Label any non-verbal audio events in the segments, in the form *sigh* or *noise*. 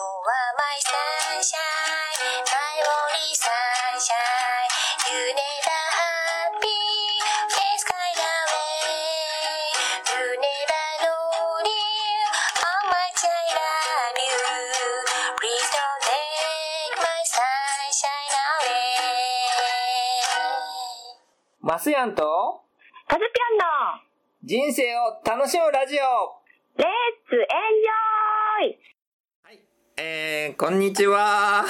my sunshine, my only sunshine. You never happy, face kind of way. You never know dear, how much I love you. Please don't take my sunshine away. マスヤンとカズピョンの人生を楽しむラジオレッツエンジョイえー、こんにちは。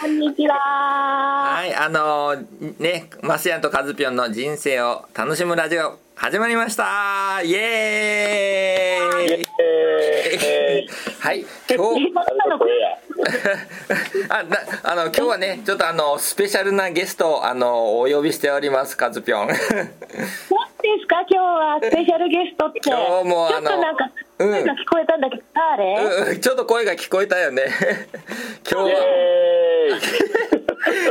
こんにちは。はい、あのーね、マスヤンとカズピョンの人生を楽しむラジオ、始まりましたイエーイえー、えはい、今日、ー、あれだこれや。あ、な、あの、今日はね、ちょっとあの、スペシャルなゲストを、あの、お呼びしております、カズピョン。何ですか今日はスペシャルゲストって。今日もちょあっのとなんか、うん声が聞こえたんだけど、誰、うん *laughs* ちょっと声が聞こえたよね。今日は、え今日、イエーイとか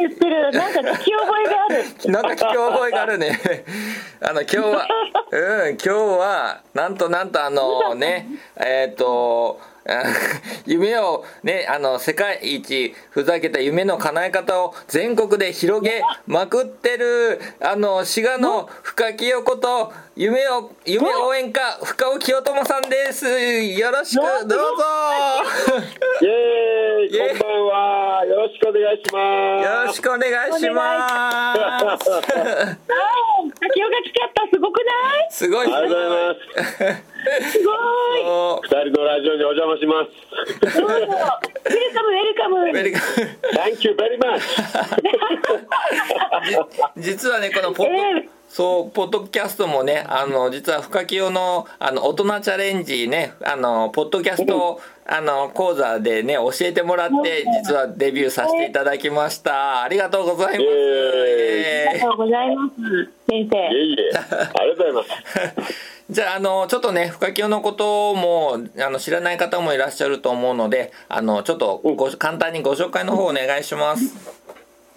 言ってる。なんか聞き覚えがある。なんか聞き覚えがあるね。 *laughs* あの、今日は、うん、今日は、なんとなんとあのね、えっ、と、 *laughs* あ夢をね、あの、世界一ふざけた夢の叶え方を全国で広げまくってる、あの、滋賀の深木横と、夢を、夢応援歌、深尾清友さんです。よろしく、どう *laughs* ぞー、イイエーェーイイ、こんばんは。よろしくお願いしよまろす。しくお願いします。はい。先ほどが来ちゃった。すごくないすごい。ありがとうございますごい。 *laughs* おす。二人のラジオにお邪魔しま *laughs* す。どうぞ。ウェルカム、ウェルカム。メリカ Thank you very much. *laughs* 実はねこのポッド、ええそうポッドキャストもねあの実は深清のあの大人チャレンジねあのポッドキャストあの講座でね教えてもらって実はデビューさせていただきましたありがとうございます、イありえがとうございます。先生。いえいえ、ありがとうございます。じゃああのちょっとね深清のこともあの知らない方もいらっしゃると思うのであのちょっとご簡単にご紹介の方お願いします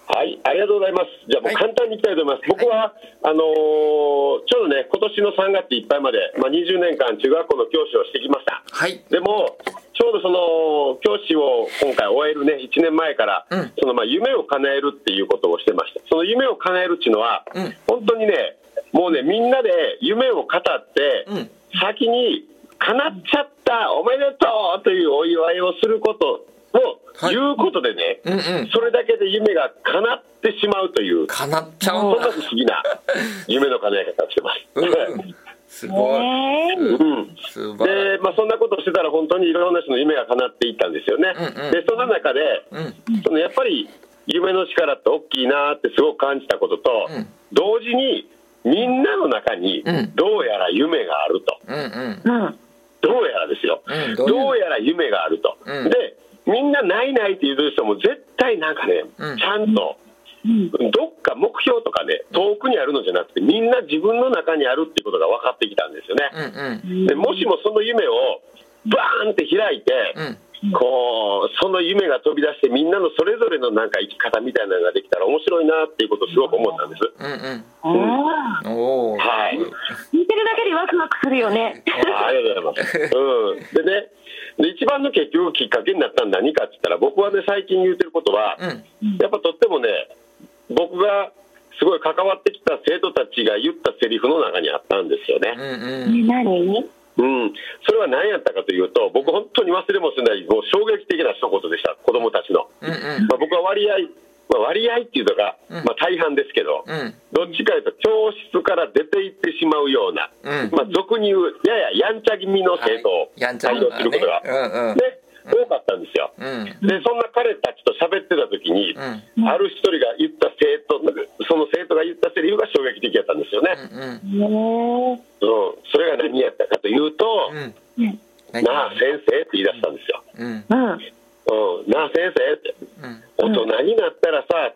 はい、ありがとうございます。じゃあもはうい簡単にいきたいと思います。僕は、あのーちょうどね、今年の3月いっぱいまで、まあ、20年間中学校の教師をしてきました。はいでもちょうどその教師を今回終えるね1年前から、うんそのまあ夢を叶えるっていうことをしてましたその夢を叶えるっていうのは、うん本当にねもうねみんなで夢を語って、うん先に叶っちゃったおめでとうというお祝いをすることをはい言うことでね、うんうんそれだけで夢が叶ってしまうという叶っちゃうそんんな *laughs* だ不思議な夢の叶え方をしてます。うん *laughs* うんすごいねえ *laughs* うん素晴らしいで、まあ、そんなことをしてたら本当にいろんな人の夢が叶っていったんですよね、うんうんでそんな中で、うんそのやっぱり夢の力って大きいなってすごく感じたことと、うん同時にみんなの中にうんどうやら夢があると、うんうんうん。どうやらですよ、うんどうやらどうやら夢があると、うんでみんなないないって言う人も絶対なんかね、うんちゃんとうん。どっか目標とかね遠くにあるのじゃなくてみんな自分の中にあるっていうことが分かってきたんですよね、うんうんでもしもその夢をバーンって開いて、うんこうその夢が飛び出してみんなのそれぞれのなんか生き方みたいなのができたら面白いなっていうことをすごく思ったんです、うんあうあ。んおお *laughs* はい聞いてるだけでワクワクするよね。あありがとうございます、うん、でねで一番の結局きっかけになったのは何かって言ったら僕はね最近言ってることは、うんやっぱとってもね僕がすごい関わってきた生徒たちが言ったセリフの中にあったんですよね、うんうんね何うん、それは何やったかというと、僕、本当に忘れもしない、もう衝撃的な一言でした、子供たちの。うんうんまあ、僕は割合、まあ、割合っていうのが、うんまあ、大半ですけど、うんどっちかというと、教室から出て行ってしまうような、うんまあ、俗に言う、やややんちゃ気味の生徒をやんちゃ対応することが、ねね多かったんですよ。うんうんで、そんな彼たちと喋ってた時に、うんある一人が言った生徒、その生徒が言ったセリフが衝撃的やったんですよね。うんうんねうん、それが何やったかというと、うんね何なあ先生って言い出したんですよ、うんうん。うん、なあ先生ってうん大人になったらさ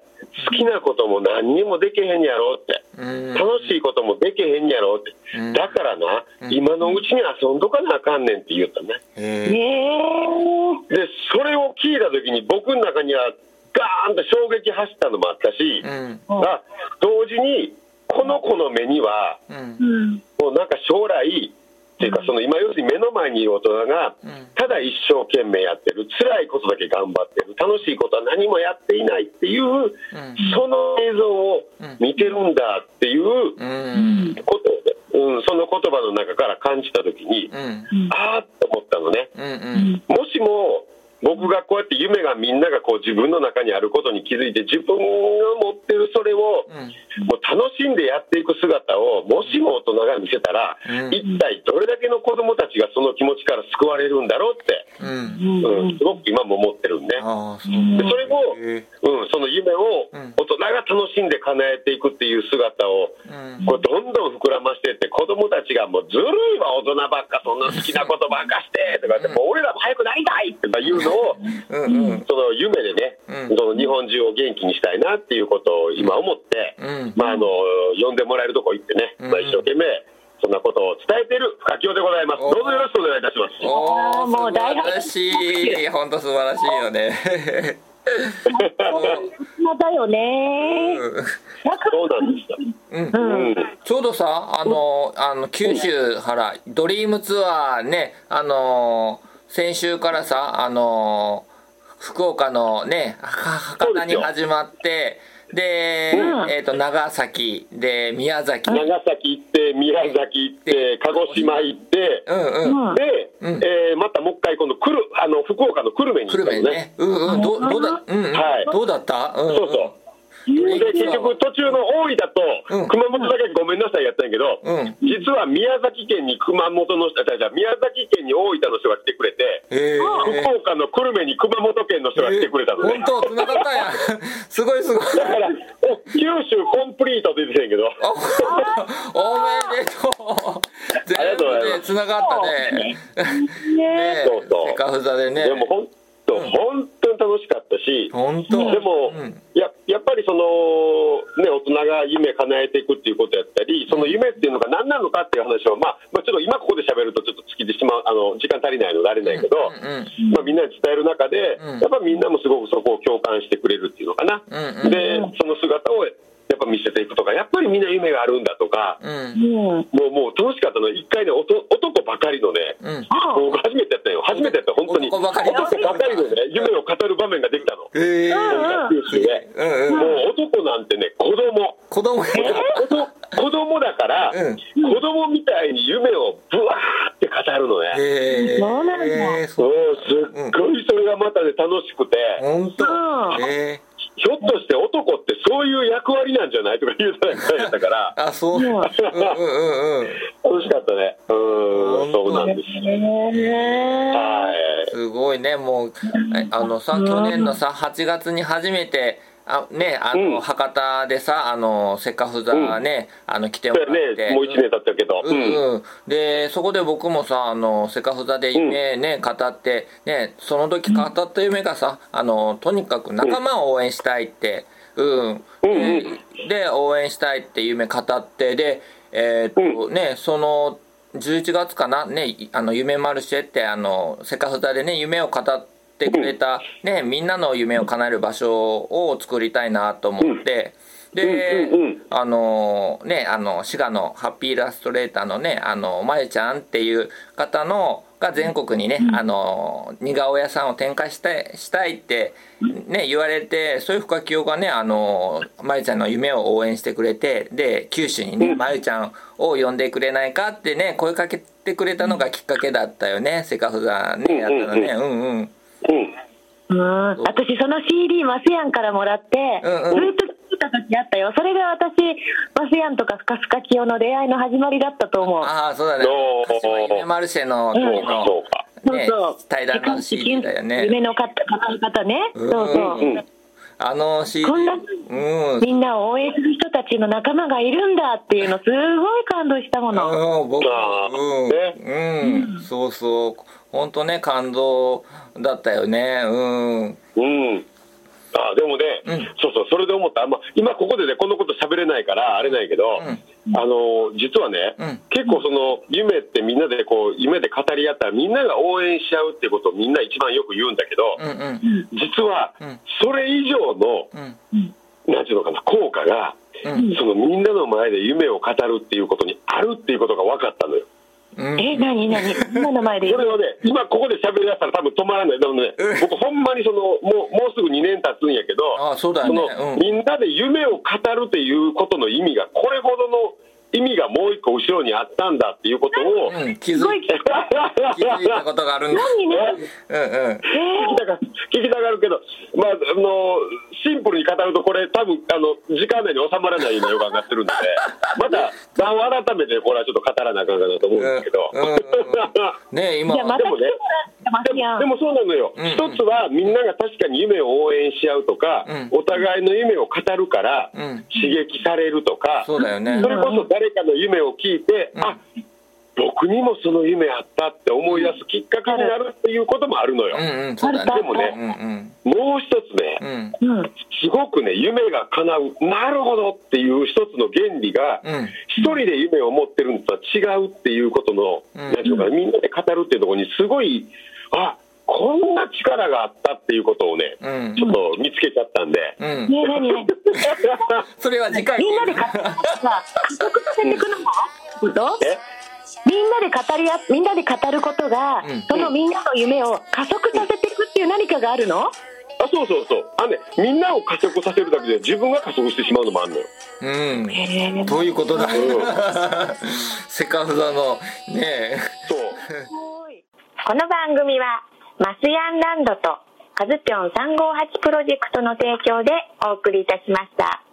好きなことも何にもできへんやろってうん楽しいこともできへんやろってうんだからなうん今のうちに遊んどかなあかんねんって言ったねへえねでそれを聞いた時に僕の中にはガーンと衝撃走ったのもあったしうんあ同時にこの子の目にはうんうん。もうなんか将来っていうか、その今、要するに目の前にいる大人が、ただ一生懸命やってる、辛いことだけ頑張ってる、楽しいことは何もやっていないっていう、その映像を見てるんだっていううんことを、うん、その言葉の中から感じたときに、うんあーって思ったのね。うんうんもしも僕がこうやって夢がみんながこう自分の中にあることに気づいて自分が持ってるそれをうんもう楽しんでやっていく姿をもしも大人が見せたらうん一体どれだけの子供たちがその気持ちから救われるんだろうって、うんうんううん、んすごく今も思ってるんでああそうでそれも、へえうん、その夢をうん大人が楽しんで叶えていくっていう姿をうんこうどんどん膨らましてって子供たちがもうずるいわ大人ばっかそんな好きなことばっかしてとかってもう俺らも早くなりたいとかいうのをうんうんその夢でね、うんその日本中を元気にしたいなっていうことを今思って、うんまああの呼んでもらえるとこ行ってね、うんまあ、一生懸命そんなことを伝えている深清でございます。どおうぞよろしくお願いいたします。おあおーも素う大晴発らしい本当素晴らしいよねまだよねうんだかそうなんですよ。うんうん。ちょうどさあのあの九州ほらドリームツアーねあの先週からさあの福岡のねは博多に始まってで、うんえっと長崎で宮崎うん長崎行って、宮崎行って、鹿児島行って、うんら、うん、で、うんえーまたもう一回今度来る、あの、福岡の久留米に久行っ留米たのね。ねうんうんどうどうだうんうん、はいどうだったうんうんそうそう。ドリーでムツア結ーは局途中の大分うんと熊本だけごめんなさいやったんやけど、うん実は宮崎県に熊本の人あじゃあ宮崎県に大分の人が来てくれて、へえ福岡の久留米に熊本県の人が来てくれたのね、本当繋がったんや *laughs* すごい *laughs* すごいだからお九州コンプリートって言ってたんやけどあ *laughs* おめでとうあり全がとうござい部ますで繋がったねねねそうそうセカフザでねでも本当、本当に楽しかったし、本当でも、うんややっぱりその、ね、大人が夢叶えていくっていうことやったり、その夢っていうのが何なのかっていう話を、まあ、まあ、ちょっと今ここで喋ると、ちょっと尽きてしまう、あの時間足りないのであれないけど、うんまあ、みんなに伝える中で、うんやっぱみんなもすごくそこを共感してくれるっていうのかな、うんうんでその姿をやっぱ見せていくとか、やっぱりみんな夢があるんだとか、うんうんもうもう楽しかったのは、一回ね、おと男ばかりのね、うんあもう初めてやったよ、初めてやった、本当に、男ばかりの男ばかりのね、夢を語る場面ができたの、ええうん九州で。うんうんもう男なんてね、子供子供や子供子供だから、うん子供みたいに夢をぶわーって語るのね、ええそうなんだええうそうんすっごいそれがまたね、楽しくて。本当うんええひょっとして男ってそういう役割なんじゃないとか言うたらやったから、 *laughs* あそううんうんうんうん楽しかったね。うーん、そうなんです。ねはい。すごいねもうえあのさ去年のさ8月に初めてあねあの、うん博多でさあのセカフザね、あの来てそもうらっやてね、もう一年経ったけど。う。うんんうん、でそこで僕もさあのセカフザで夢ね、語ってねその時語った夢がさあのとにかく仲間を応援したいってうん、うんでうんで応援したいって夢語ってでえーっと、ねその11月かなねいあの夢マルシェってあのセカフザでね夢を語ってくれた、ね、みんなの夢を叶える場所を作りたいなと思って、で、うんうんうんあのねあの滋賀のハッピーイラストレーターのねあのまゆちゃんっていう方のが全国にね、あの似顔絵屋さんを展開したいしたいって、ね、言われてそういう深清がねあのまゆちゃんの夢を応援してくれてで九州にね、まゆちゃんを呼んでくれないかってね声かけてくれたのがきっかけだったよねせかふざねやったのねうんうんうん。うん、私その CD マスヤンからもらって、うんうんずっと聴いた時あったよそれが私マスヤンとかスカスカ清の出会いの始まりだったと思うああそうだねおー鹿島夢マルシェの時そうか、そのうか。ねそうそう対談のシーンだよね夢の方方ね、うんそうそう、うん。あの CD こんなうんみんなを応援する人たちの仲間がいるんだっていうのすごい感動したもの、うん、僕あーもねうん、うん、そうそう本当ね感動だったよねうんうん。あでもね、うんそうそう、それで思った、まあ、今ここでね、このこと喋れないから、あれないけど、あの実はね、うん結構その、夢ってみんなでこう、夢で語り合ったら、みんなが応援しちゃうってことをみんな一番よく言うんだけど、うんうん実はうん、それ以上の、うんなんていうのかな、効果が、うんそのみんなの前で夢を語るっていうことにあるっていうことが分かったのよ。うんえ、なになに今の前で *laughs* これをね、今ここで喋り出したら多分止まらない。でもねうん、僕ほんまにその、もう、もうすぐ2年経つんやけど、あそうだよそねの、うんみんなで夢を語るっていうことの意味が、これほどの意味がもう一個後ろにあったんだっていうことを、 *laughs* うん、気すづごいい、気づいたことがあるんだ何うね、んうんえー聞きたが聞きたがるけど、まあ、あのシンプルに語ると、これ、多分あの時間内に収まらないような予感がするので、*laughs* また、晩を改めて、これはちょっと語らなあかんかなと思うんですけど、うんうんうんねえ今じゃあまた来てもらってますでやもん。でもそうなのよ、うんうん一つはみんなが確かに夢を応援し合うとか、うんお互いの夢を語るから、うん刺激されるとか、そうだよねそれこそ誰かの夢を聞いて、うんあ僕にもその夢あったって思い出すきっかけになるっていうこともあるのよ。うんうんそうだねでもねうんもう一つね、うんうんうん。すごくね、夢が叶う、なるほどっていう一つの原理が、うん一人で夢を持ってるのとは違うっていうことの、うんなんていうのかな、みんなで語るっていうところに、すごい、あこんな力があったっていうことをね、うんちょっと見つけちゃったんで、うんねえ、なになにそれは次回みんなで語り合うのは加速させていくのもことえみんなで語り合みんなで語ることが、うんそのみんなの夢を加速させていくっていう何かがあるのあそうそうそうあ、ね、みんなを加速させるだけで、自分が加速してしまうのもあるのよ。うんへえどういうことだうん *laughs* セカフザのねえそうこの番組はマスヤンランドとカズピョン358プロジェクトの提供でお送りいたしました。